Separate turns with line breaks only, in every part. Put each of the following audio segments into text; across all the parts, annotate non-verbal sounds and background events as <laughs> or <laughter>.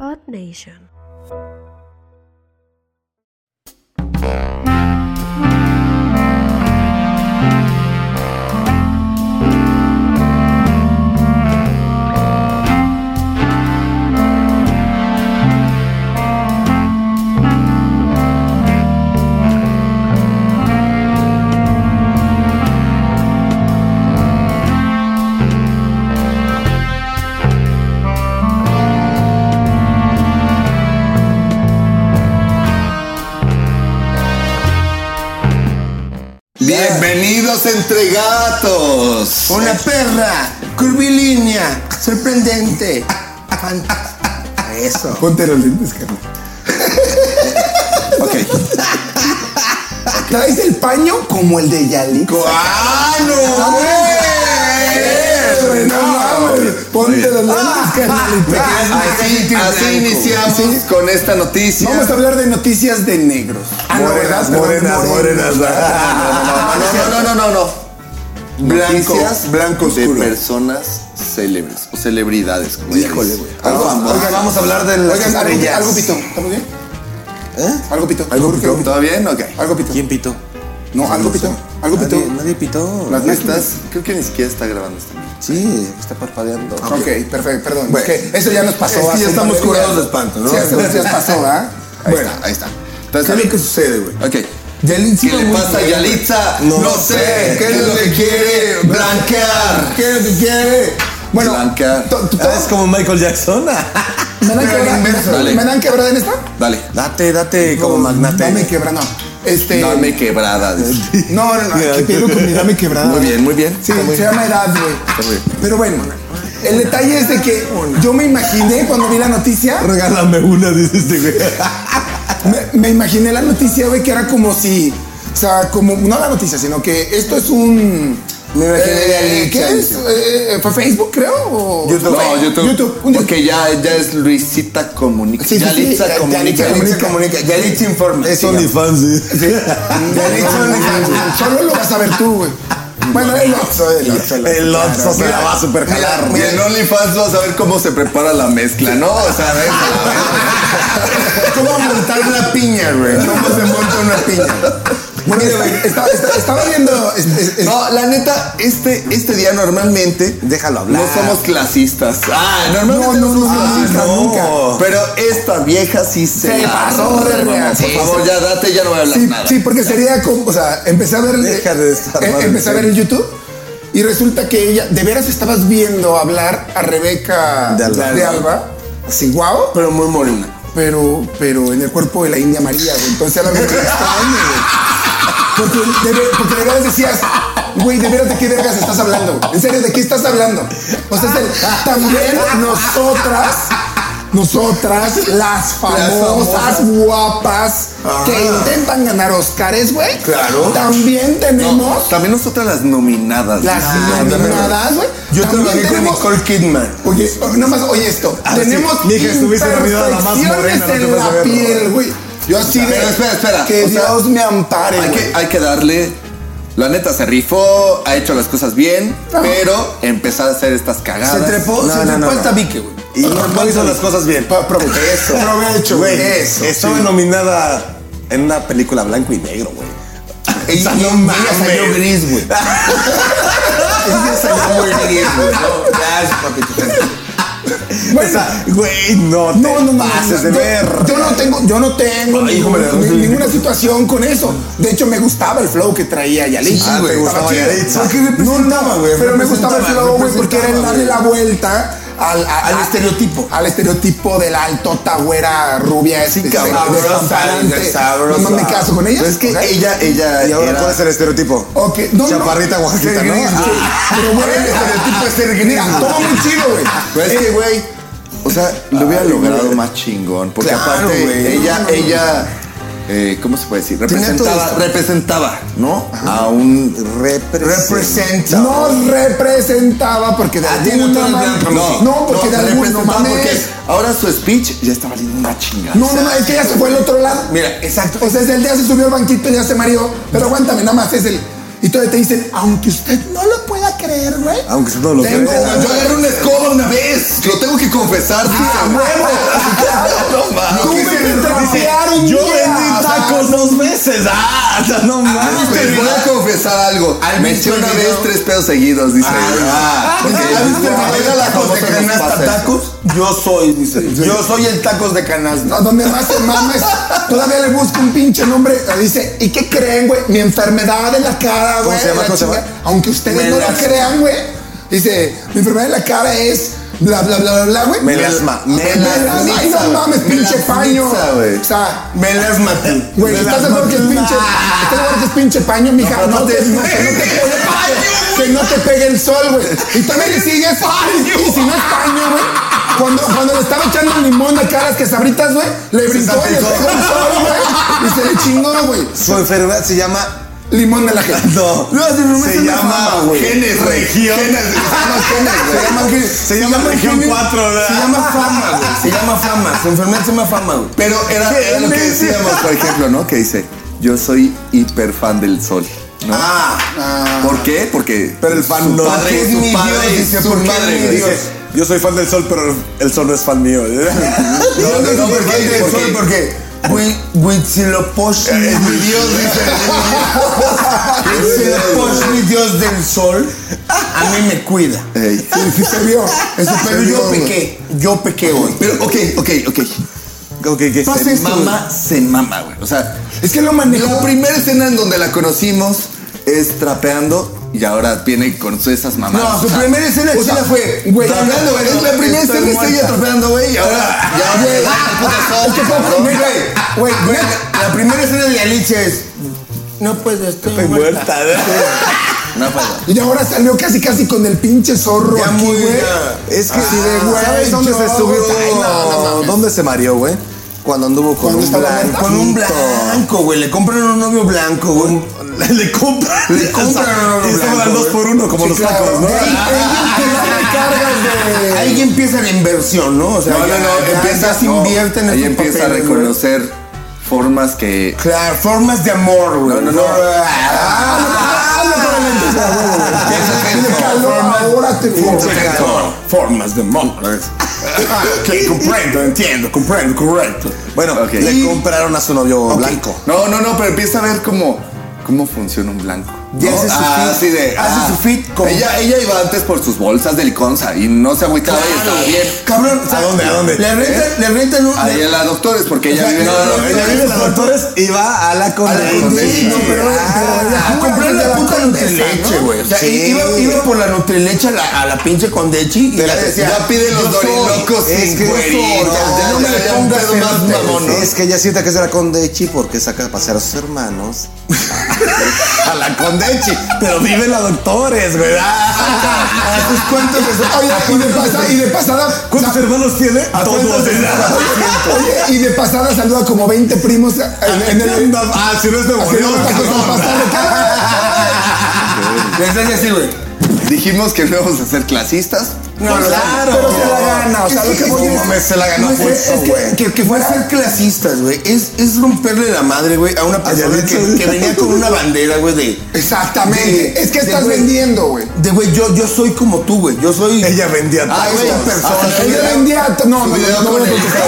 Earth Nation.
Bienvenidos entre gatos.
Una perra, curvilínea, sorprendente. Fan- Eso.
Ponte los lentes, Carlos. ok.
¿Traes el paño como el de Yali?
¡Ah, no, güey!
No mames,
Muy
ponte
bien.
los lentes, carnalito.
Ah, Así, así iniciamos con esta noticia.
Vamos a hablar de noticias de negros. Ah, no, ¿verdad?
morenas,
Perdón,
morenas, morenas. Ah, No, no, no, no, no, no. Noticias
Blanco, blanco
de
oscuro.
personas célebres o celebridades. Como
Híjole, güey. Algo- oigan,
a hablar de las
Oigan, algo,
estrellas.
algo pito. ¿Estamos bien?
¿Eh?
¿Algo pito?
¿Algo
Creo que
pitó? ¿Todo bien? Ok.
¿Algo pito?
¿Quién pitó?
No, algo pito. ¿Algo pito?
Nadie, nadie pitó.
Las
¿No
máquinas.
estás? Creo que ni siquiera está grabando este esta noche.
Sí, está parpadeando.
Ok, perfecto, perdón.
Bueno.
Es que eso ya nos pasó.
Es que ya
hace un
estamos
par días.
curados de espanto, ¿no?
Sí, hace
<laughs>
unos días pasó, ¿verdad?
Ahí
Bueno,
está, ahí está. Entonces,
¿qué
a
bien
ver.
que sucede, güey?
Ok.
Yalitza
¿Qué le
muy
pasa a
bien,
Yalitza? No,
No
sé.
sé.
¿Qué es lo que quiere blanquear?
¿Qué es lo que quiere? Bueno,
Blanca.
to- to-
Ah, es como Michael
<laughs>
Jackson.
¿me dan
Pero al inverso.
quebrada?
Dale.
¿Me dan quebrada en esta?
Dale.
date, date como
Dame
magnate.
quebrada, no. Este.
Oh, Dame quebrada. dice. <laughs>
No, no, no. ¿Qué pedo con mi dame quebrada?
Muy bien, muy bien.
Sí, se llama edad, güey. Pero bueno, el detalle es de que yo me imaginé cuando vi la noticia.
Regálame una, dice este güey.
Me, me imaginé la noticia, güey, que era como si. O sea, como. No la noticia, sino que esto es un.
Me imaginé
eh,
Yalitza,
¿Qué es? Eh, ¿Fue Facebook, creo? O,
YouTube. No, YouTube.
YouTube. Un
Porque ya, ya es Luisita Comunica.
Sí, sí, sí.
Yalitza
Ya-
Comunica.
Yalitza
Comunica. Yalitza Informa.
Es OnlyFans, sí.
Ya Solo lo vas a ver tú, güey. Bueno, el Oxxo, el Oxxo.
El Otso se la va a
Mira,
superjalar.
Y en OnlyFans vas a ver cómo se prepara la mezcla, ¿no? O sea, ves a la vez.
¿Cómo montar una piña, güey? ¿Cómo se monta una piña? Bueno, estaba, estaba- estaba viendo... es- es- es-
No, la neta, este, este día normalmente.
Déjalo hablar.
No somos clasistas. Ah, normalmente no,
No, no,
somos
no,
clasistas.
no.
nunca. Pero esta vieja sí se.
Se
la
pasó de
arma,
verga.
Por
Sí,
favor, ya date, ya no voy a hablar
Sí,
nada.
sí, porque sería como, o sea, empecé a ver,
Deja de estar
eh,
mal,
empecé a ver
sí.
el YouTube y resulta que ella, de veras estabas viendo hablar a Rebeca
De
de
Alba.
Alba, así guau,
Pero muy morena.
pero, pero en el cuerpo de la India María, güey. Entonces era algo que extraño, güey. Porque de, ver- porque de veras decías, güey, de veras de qué vergas estás hablando. En serio, ¿de qué estás hablando? O sea, es el- también nosotras, nosotras, las famosas
famosas.
guapas que intentan ganar Oscars, güey.
Ah. Claro.
También
No,
tenemos
también nosotras las nominadas.
las
Ah,
nominadas, güey. También tenemos-
Kidman.
Oye, nada más, oye esto.
Ah,
Tenemos
sí. Mija, estuviste dormida la más
imperfecciones
morena, no te
en
vas a
la
ver, ¿no?
piel, güey. Yo así de...
Pero espera, espera,
Que
o sea,
Dios me ampare,
Hay que,
güey.
hay que darle. La neta se rifó, ha hecho las cosas bien,
Ah.
pero empezó a hacer estas cagadas.
No, no, no, no.
tabique, güey.
Y no, no hizo las cosas bien.
Pa- Aprovecho.
<laughs>
Eso. Aprovecho,
Güey,
güey. Eso.
estaba nominada en una película blanco y negro, güey.
Y
sea,
no
no
mames.
mames.
salió gris, <laughs> güey. Ella salió muy gris, güey. ¿no? Gracias, papito.
Bueno,
O sea, güey, no te
no, no, no.
pases de
yo,
ver.
Yo no tengo, yo no tengo
Ay,
ningún-
híjole, no
ni-
sé.
ninguna situación con eso. De hecho, me gustaba el flow que traía Yalitza.
Sí, Ah, güey, te
Estaba
gustaba
chido.
Yalitza.
Porque representaba,
No,
güey. Pero me
representaba,
gustaba el flow, güey, porque era el
representaba,
darle la vuelta al, a-
Al
a-
estereotipo.
Al estereotipo de la altota güera rubia. este, Sí,
Sabrosa, sabrosa.
No me caso con ella.
Pero es que
¿ok?
ella, ella.
Pues, ¿Y ahora cuál es
el estereotipo?
Ok, no, no.
Chaparrita oaxaquita,
Ser
¿no?
gris,
Ah.
güey. Pero, güey, el este estereotipo es ser gris. Mira, todo muy chido, güey. Eh,
Pero es que, güey, o sea, lo hubiera
Ay,
logrado
güey.
más chingón. Porque
Claro,
aparte,
güey.
ella, ella, eh, ¿cómo se puede decir?
Tenía todo
Representaba,
esto.
representaba, ¿no? A un
Representa.
No representaba porque
Ah,
de alguna manera.
No,
no, porque de alguna no
representaba,
mames.
porque ahora su speech ya está valiendo una chingada.
No, no, no, es que ya se fue al otro lado.
Mira, exacto.
O sea, desde el día se subió al banquito, ya se mareó. Pero aguántame, nada más es el. Y todavía te dicen, aunque usted no lo pueda creer, güey.
Aunque usted no lo
Tengo-
crea.
Yo agarré una escoba una vez. Lo tengo que confesar. sí,
¡A huevo!
No mames.
Tú Ah, me sentenciaron,
Yo
mira.
vendí tacos dos veces. Ah, <laughs> o sea, no
Ah,
mames.
Les voy a confesar algo.
Al
Me eché
mismo
una
video.
vez tres pedos seguidos, dice. Ah,
Porque
porque-
¿Has visto el
Ah,
video de las tacos de
famosos les
canasta
pasa eso.
tacos? Yo soy, dice. Yo soy el tacos de canasta.
A donde más se mames, todavía le busco un pinche nombre. Dice, ¿y qué creen, güey? Mi enfermedad de la cara, güey.
se llama?
la
¿Cómo se
chinga-
llama?
Aunque ustedes no la
Melasma.
crean, güey. Dice, mi enfermedad de la cara es bla, bla, bla, bla, bla, güey.
Melasma.
Melasma.
Melasma.
Ay, no mames, pinche paño.
güey.
O sea,
Me las maté.
güey, ¿estás de acuerdo que es pinche, ¿estás de acuerdo que es pinche paño, mija? No, te, no, que no te pegue, que no te pegue el sol, güey. Y también le sigues, y si no es paño, güey. Cuando, cuando le estaba echando limón acá a las quesabritas, güey, le brincó y le
salpicó.
pegó el sol, güey. Y se le chingó, güey.
Su enfermedad se llama.
Limón de la gente.
No. se llama, güey.
Genes, güey.
Región.
Genes, se llama genes, güey.
Se llama, que- se
llama región
genes-
cuatro, ¿verdad?
Se llama fama, güey. Se llama fama. Su enfermedad se llama fama, güey.
Pero era, era lo que decíamos, por ejemplo, ¿no? Que dice, yo soy hiper fan del sol. ¿no? ¿Por qué? Porque
Pero el fan
su
no-
padre,
¿Por qué es
su
mi
padre,
Dios? Dice,
su
¿por qué
madre,
es mi
güey.
Dios?
Dice, yo soy fan del sol, pero el sol no es fan
<laughs>
mío.
No,
no,
no,
no, ¿por
porque,
qué?
porque,
¿Por
porque,
qué?
Hui- Huitzilopochtli
Es mi Dios, dice.
Huitzilopochtli, dios del sol, a mí me cuida.
Ey.
Y sí se vio. Eso
Pero
se
yo
vio, güey.
pequé, yo pequé hoy.
Pero, ok, ok, ok.
Ok, ¿qué?
Pasa
Se
esto,
mama, se mama, güey. O sea,
Es que lo manejó.
La primera escena en donde la conocimos es trapeando y ahora viene con su- esas mamadas.
No, su
O sea,
primera escena
o
de
sea,
China fue
güey,
trapeando, güey. Es la primera
Estoy
escena está ella
muerta.
trapeando, güey. Y ahora,
Ya, güey. ah, puta,
Es que fue-
cabrón.
güey,
güey, güey, la- la primera escena de Alicia es. No puedes estar
Estoy muerta. ¿verdad?
No, pasa.
Y ahora salió casi casi con el pinche zorro
Ya
aquí,
muy
güey.
ya.
Es
Ah,
que
Así de, güey,
¿Sabes dónde
yo,
se subió?
güey, ay, no, no mames.
¿Dónde se mareó, güey? Cuando anduvo con
¿Cuándo
un
estaba
blanco.
Con un blanco, güey. Le compran un novio blanco, güey.
<laughs> Le compran.
Le compran a uno
Y se
blanco,
van dos
güey.
por uno, como los tacos, ¿no?
Ahí, ahí empiezan las cargas de-
Ahí ya empieza la inversión, ¿no? O sea,
No, no,
ya-
no,
ya- ya
empieza,
se
no,
invierte en
Ahí
estos
empieza a
papeles, güey.
reconocer formas que.
Claro, formas de amor, güey.
No, no, no.
Ah,
Ah, no, no, no, no, no, no, no, no. Tiene calor, ahora te-
Formas de amor.
<laughs>
Ah, que comprendo, entiendo, comprendo, correcto.
Bueno,
Ok.
le
Y-
compraron a su novio blanco.
No, no, no, pero empieza a ver cómo, cómo funciona un blanco.
Ya
¿no?
hace su
Ah,
fit.
así de,
Hace
ah.
su fit con-
Ella, ella iba antes por sus bolsas del Consa y no se agüitaba y estaba bien.
Cabrón,
¿A dónde, a dónde?
Le rentan, le rentan un.
Ahí a la doctores, porque ella
sea,
vive.
no, no,
Ella vive en los doctores y va a la
A la
condesa.
Condesa,
no,
pero-
Ah,
a comprar
de
la
la
puta
Condesa,
Nutrileche,
¿no?
güey. O sea,
Sí.
iba, iba por la Nutrileche a la, a la pinche Condechi y ya decía.
ya pide los
yo soy-
dorilocos
es
sin
que yo soy,
cuerito.
no,
Ya no me
ya, ya,
pongas
ya,
más
ya,
mamón, ¿no?
Es que ella siente que es de la Condechi porque saca a pasear a sus hermanos. a la Condechi. Pero vive en la doctores, güey.
Ah, ¿Haces cuántos?
Oye, y de pasa- y de pasada.
¿Cuántos hermanos tiene? A todos.
<laughs> Oye, y de pasada saluda como 20 primos en, en el.
Ah, si no es de
haciendo tacos al pasar de cara.
Les hace así, güey.
Dijimos que no íbamos a ser clasistas.
No,
Pues,
claro.
Pero se la gana, o sea, lo que voy
No
es-
mames, se la ganó
no es-
pulso,
es que-
güey. Que, que fue ser clasistas, güey. Es, es romperle la madre, güey, a una persona
Yalitza.
que, que venía con una bandera, güey, de.
Exactamente.
De-
Es que
de
estás
güey.
vendiendo, güey.
De, güey, yo, yo soy como tú, güey. Yo soy.
Ella vendía
Ah,
tacos.
güey, persona.
hasta su
Ella
video-
vendía. No, no, no,
video
no voy
con
a
el-
contestar.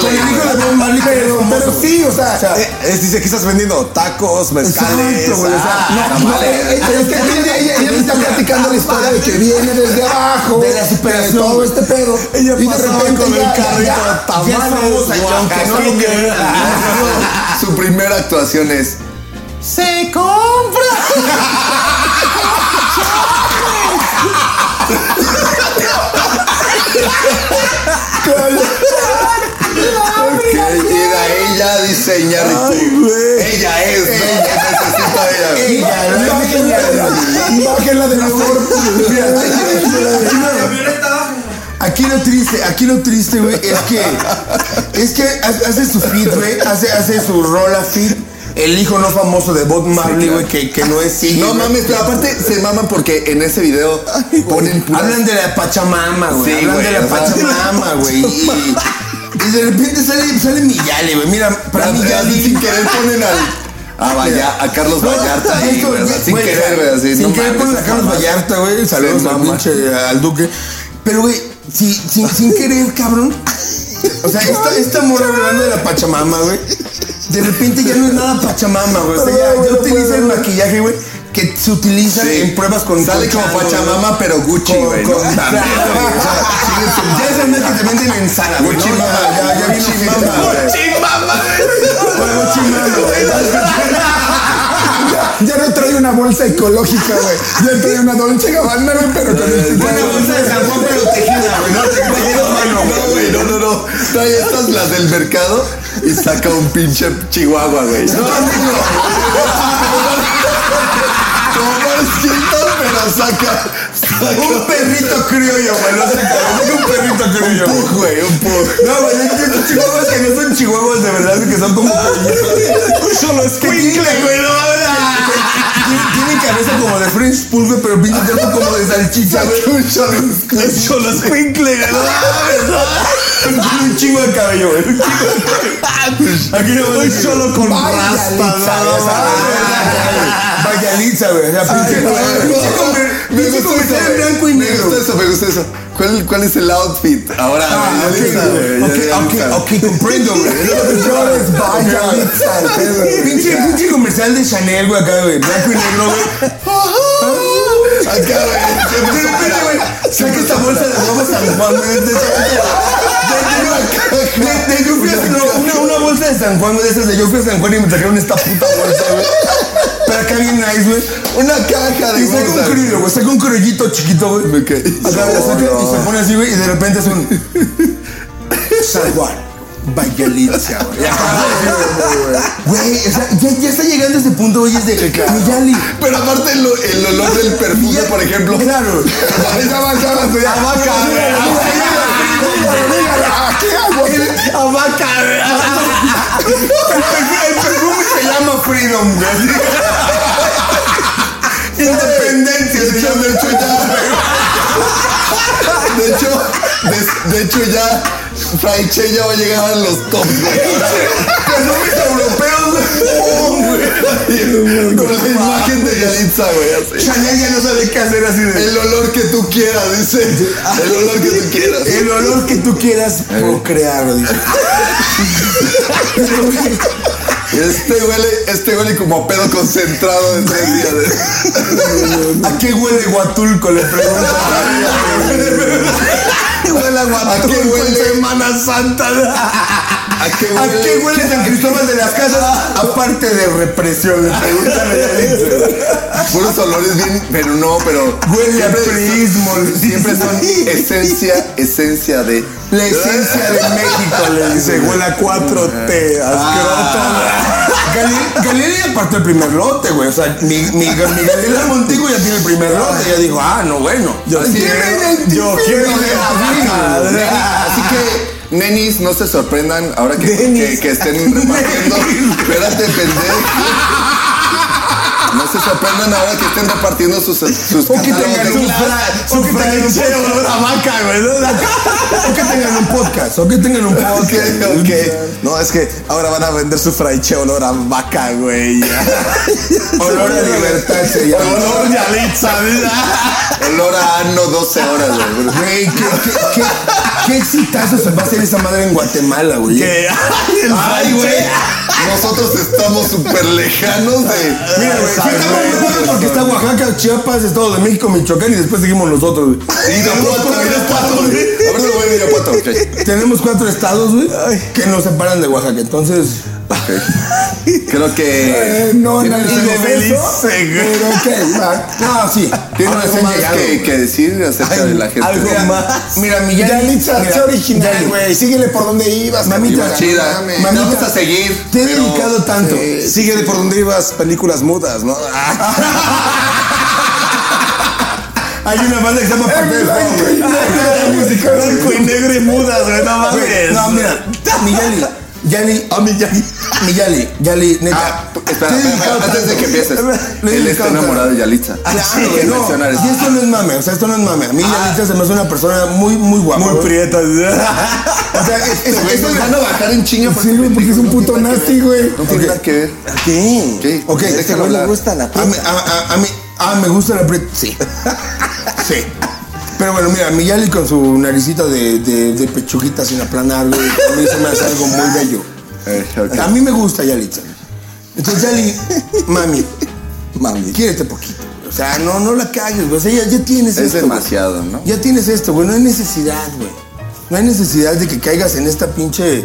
Con el hijo de Bob Marley, que
Pero,
era famoso,
pero
güey.
sí, o sea.
Eh, es- dice que estás vendiendo tacos, mezcales.
Exacto, güey, o sea,
ah,
no, no, eh, eh, es que ella, ella- ella me está platicando la historia de que viene desde abajo,
De la superación.
de todo este pedo.
Ella
y de
pasaba
repente
con el
ya-
carrito de
ya-
Ya es
tamales.
famosa, y aunque no lo
oaxaqueña.
crean.
Su primera actuación es.
¡Se compra!
Ok, y de ella diseña.
Ay, güey.
Ella es.
Eh.
Ella necesito a ella.
<laughs>
güey.
Ella, la
Bájenla de la- Bájenla de la forma.
Mira, Aquí lo triste, aquí lo triste, güey, es que. Es que ha- hace su fit, güey. Hace, hace su rola fit. El hijo no famoso de Bob Marley, güey, que, que no es sigue,
No
güey.
mames, pero aparte se maman porque en ese video ponen puras-
Hablan de la Pachamama, güey.
Sí,
Hablan
güey,
de la
o sea,
Pachamama, güey. <laughs> Y, y de repente sale, sale mi Yali, güey. Mira, para
Para
mi
mí ya
Yali.
sin querer ponen al. a, Valla- a Carlos
No,
Vallarta ahí,
esto,
¿verdad? Sin
güey,
querer,
o sea,
güey, así,
Sin
no
querer
mames,
ponen a
esas
Carlos
mamás.
Vallarta, güey. Saludos
Se
al
mama.
pinche al Duque. Pero, güey, si- sin, sin querer, cabrón. O sea, esta, esta morra hablando de la Pachamama, güey. De repente ya no es nada Pachamama, güey. O sea, ya, ya utiliza el maquillaje, güey, que se utiliza
Sí.
en pruebas con
Sale
con
como
chango,
Pachamama,
güey.
pero Gucci,
Con-
güey,
con-
<laughs> ¿no?
Claro, güey, o sea, Ya es el mes que te venden en sala, güey. ¿no?
Gucci
Ya-
mama,
ya- ya vino
Gucci
gente,
mama,
güey. Güey, Gucci mama, güey.
Ya no trae una bolsa ecológica, güey. Ya trae una Dolce Gabbana, güey, pero con el
Una bolsa de San Juan, pero tejida, güey. No <laughs> te
No, no, güey, no, no, no. Trae estas las del mercado y saca un pinche chihuahua, güey. No, no, Como Washington, pero saca, saca
Un perrito criollo, güey. No sé qué. Un perrito criollo.
un pug, güey, un pug.
No, güey, es que estos chihuahuas que no son chihuahuas de verdad, que
<laughs>
son como. Solo es que. Tienen, tienen- tienen cabeza como de French Pool, güey, pero pinche cuerpo como de salchicha, güey.
Solo es
Tiene un chingo de cabello, güey. Un chingo de cabello. Aquí no voy solo con
Vaya Litza, ya
raspa. Vaya Litza, güey. La pinche. pinche comer-
Me
Pinche
gusta
comercial
eso,
en
güey.
blanco y
Me
negro.
gusta eso, me gusta eso. ¿Cuál, cuál es el outfit? Ahora,
Ah,
ya
ok,
Lisa, güey, ya- ya
ok,
Lisa.
ok, ok, comprendo, güey. <laughs>
Flores, vaya, pizza, el pedo, güey.
Pinche, pinche comercial de Chanel, güey, acá, güey. Blanco y negro, güey.
Acá,
De
güey.
repente, güey, saca esta bolsa de ropa San Juan, güey. De de- de- de- de- de- yo fui a- no, una, una bolsa de San Juan, güey, de esas de yo fui a San Juan y me trajeron esta puta bolsa, güey. Pero acá bien nice, güey.
Una caja de
Y saca un
bolsa.
criollo, güey. Saca un criollito chiquito, güey.
Ok.
Acá la saca y se pone así, güey, y de repente es <laughs> un. San Juan. Vaya Litza, güey. Y acá, güey, <laughs> güey. Güey, o sea, ya, ya está llegando a ese punto, güey, es de. Miyali.
Pero aparte el, o- el olor del perfume, por ejemplo.
Claro.
Ya va, ya va, ya.
Ah, A vaca, güey. El perfume se llama Freedom, güey. <laughs> Independencia,
De
se
hecho,
llama.
de hecho ya. De hecho, de, de hecho ya. Fraiche ya va a llegar a los tops,
Perfumes europeos,
güey. Con la imagen de Yalitza, güey. así.
Chanel ya no sabe qué hacer así de.
El olor que tú quieras, dice. El olor que tú quieras. Eh.
El olor que tú quieras procrear, dice.
Este huele, este huele como a pedo concentrado de tres días.
¿A qué huele Huatulco? Le pregunto. huele a Huatulco
¿A qué huele?
en Semana Santa.
¿A qué
¿A
huele?
qué huele San Cristóbal de las Casas? Aparte de represión, le preguntan a Yalitza.
Puros olores bien, pero no, pero.
Huele a
siempre-
prismo.
Siempre son esencia, esencia de.
La esencia de México, le dice. Huele a 4T, asqueroso. Gali- Galilea ya partió el primer lote, güey. O sea, mi, mi, mi Galilea Montigo ya tiene el primer lote. Ya dijo, ah, no, bueno. Yo
quiero-
Yo quiero identificar.
Así que, nenis, no se sorprendan ahora que, que, que estén repartiendo. Espérate, pendejo. No se sorprendan ahora que estén repartiendo sus. sus
O que tengan un fra- o que tengan un podcast.
la vaca, güey.
<laughs> O que tengan un podcast. O que tengan un podcast.
Ok, ok.
No, es que ahora van a vender su fraiche olor a vaca,
<laughs>
güey.
Olor a libertad se llama.
Olor Yalitza, ¿verdad?
Olor a ano 12 horas, güey.
Güey, qué, qué, qué, qué exitazo se va a hacer esa madre en Guatemala, güey.
Que- el
Ay,
fraiche.
güey. Nosotros estamos súper lejanos de.
Mira, güey, sí estamos muy lejos porque está Oaxaca, Chiapas, Estado de México, Michoacán y después seguimos nosotros, güey.
Irapuato, Irapuato, güey. A ver, voy a Irapuato. Ok.
Tenemos cuatro estados, güey, que nos separan de Oaxaca. Entonces,
Ok. Creo que.
Eh, No
¿Tienen
analicemos
algo
eso, pero ok, va.
no, sí.
¿Tienen
ahora
algo
se han
más
llegado,
que,
güey.
que decir acerca de la gente?
algo
Mira,
más.
Mira, mi
Ya,
Yali-
Litza,
mira,
sé original,
Yali,
güey. Síguele por donde ibas.
Mamita,
carnal,
chida.
no mames.
Te Mamita, vamos a seguir,
Te he
pero-
dedicado tanto.
Síguele por donde ibas, películas mudas, ¿no?
Hay una banda que se llama Papel Pop, güey.
Blanco y negro y mudas, güey, no
Güey,
mames.
No, mira, Miguel,
Yali.
<laughs> A mi Yali.
Mi Yali. Yali,
Ah,
neta.
espera,
Le
espera,
he dedicado
antes de que
tanto.
empieces.
Le he
Él está
dedicado
enamorado de Yalitza.
Claro,
Hay que
no.
mencionar eso. Ah.
Y esto no es mame, o sea, esto no es mame. A mí Yalitza se me hace una persona muy, muy guapa.
Muy
güey.
prieta.
O sea, es, es,
Güey,
es-
nos van a bajar en chinga por
Sí,
este
güey, porque es un
pendejo,
puto
no tiene
nasty, güey.
nada que ver. No tiene nada que ver.
¿Qué?
¿Qué?
Ok,
A este
Déjalo
güey le
hablar.
gusta la
a mí,
prieta.
a, a- a mí, ah, me gusta la prieta. Sí. <laughs> Sí. Pero bueno, mira, mi Yali con su naricita de, de, de pechuguita sin aplanar, güey, a mí se me hace algo muy bello.
Eh, ok.
A mí me gusta Yalitza. Entonces, Yali, mami,
Mami.
quiérete poquito. O sea, no, no la cagues, güey. O sea, ya, ya tienes
Es
esto, güey.
demasiado, ¿no?
Ya tienes esto, güey. No hay necesidad, güey. No hay necesidad de que caigas en esta pinche.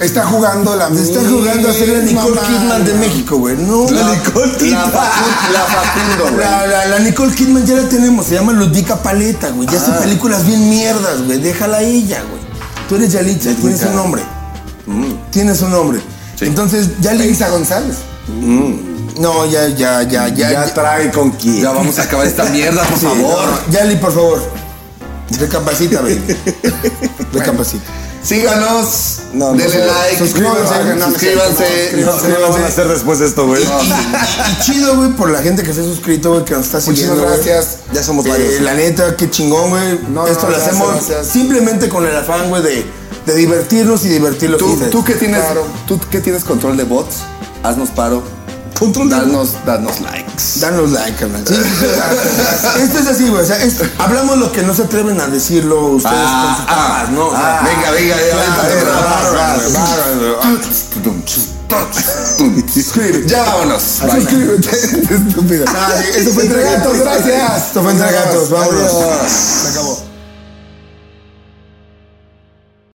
Está jugando la
Te estás jugando a ser la Nicole Kidman de México, güey. No,
La
güey.
Nicole
La,
Kidman.
Facu- la Facundo, güey.
La, la- la Nicole Kidman ya la tenemos, se llama Ludica Paleta, güey. Ya
Ah.
hace películas bien mierdas, güey. Déjala a ella, güey. Tú eres Yalitza, tienes un nombre.
Mm.
Tienes un nombre. Entonces, Yalitza González. No, ya, ya, ya, ya.
Mm. Ya trae con quién.
Ya vamos a acabar esta mierda, por
Sí,
favor.
no, Yali, por favor. Recapacita, baby. Recapacita.
Síganos,
No, no,
denle
no,
like,
suscríbanse,
suscríbanse,
no, no,
suscríbanse.
No, no lo van a hacer después de esto, güey.
Y, y- y chido, güey, por la gente que se ha suscrito, güey, que nos está siguiendo. güey.
gracias.
Ya somos
Eh,
varios.
la neta, qué chingón, güey.
No,
Esto
no,
lo
gracias,
hacemos
gracias.
simplemente con el afán, güey, de, de divertirnos y divertirlos.
Tú, tú que tienes,
Claro.
tú que tienes control de bots, haznos paro,
Control de-
danos, danos likes.
Danos like, carnal. Sí, sí, sí, o sea, esto es así, güey. O sea, es- hablamos lo que no se atreven a decirlo ustedes con sus papás, ¿no? O sea,
venga, venga, ya,
Claro,
venga,
bárbaro, güey, bárbaro, güey.
venga. Ya vámonos. Bye.
<laughs>
Suscríbete. Estúpido.
Ah, sí, Esto fue entre gatos, gracias. Esto fue entre gatos, vámonos.
Adiós.
Se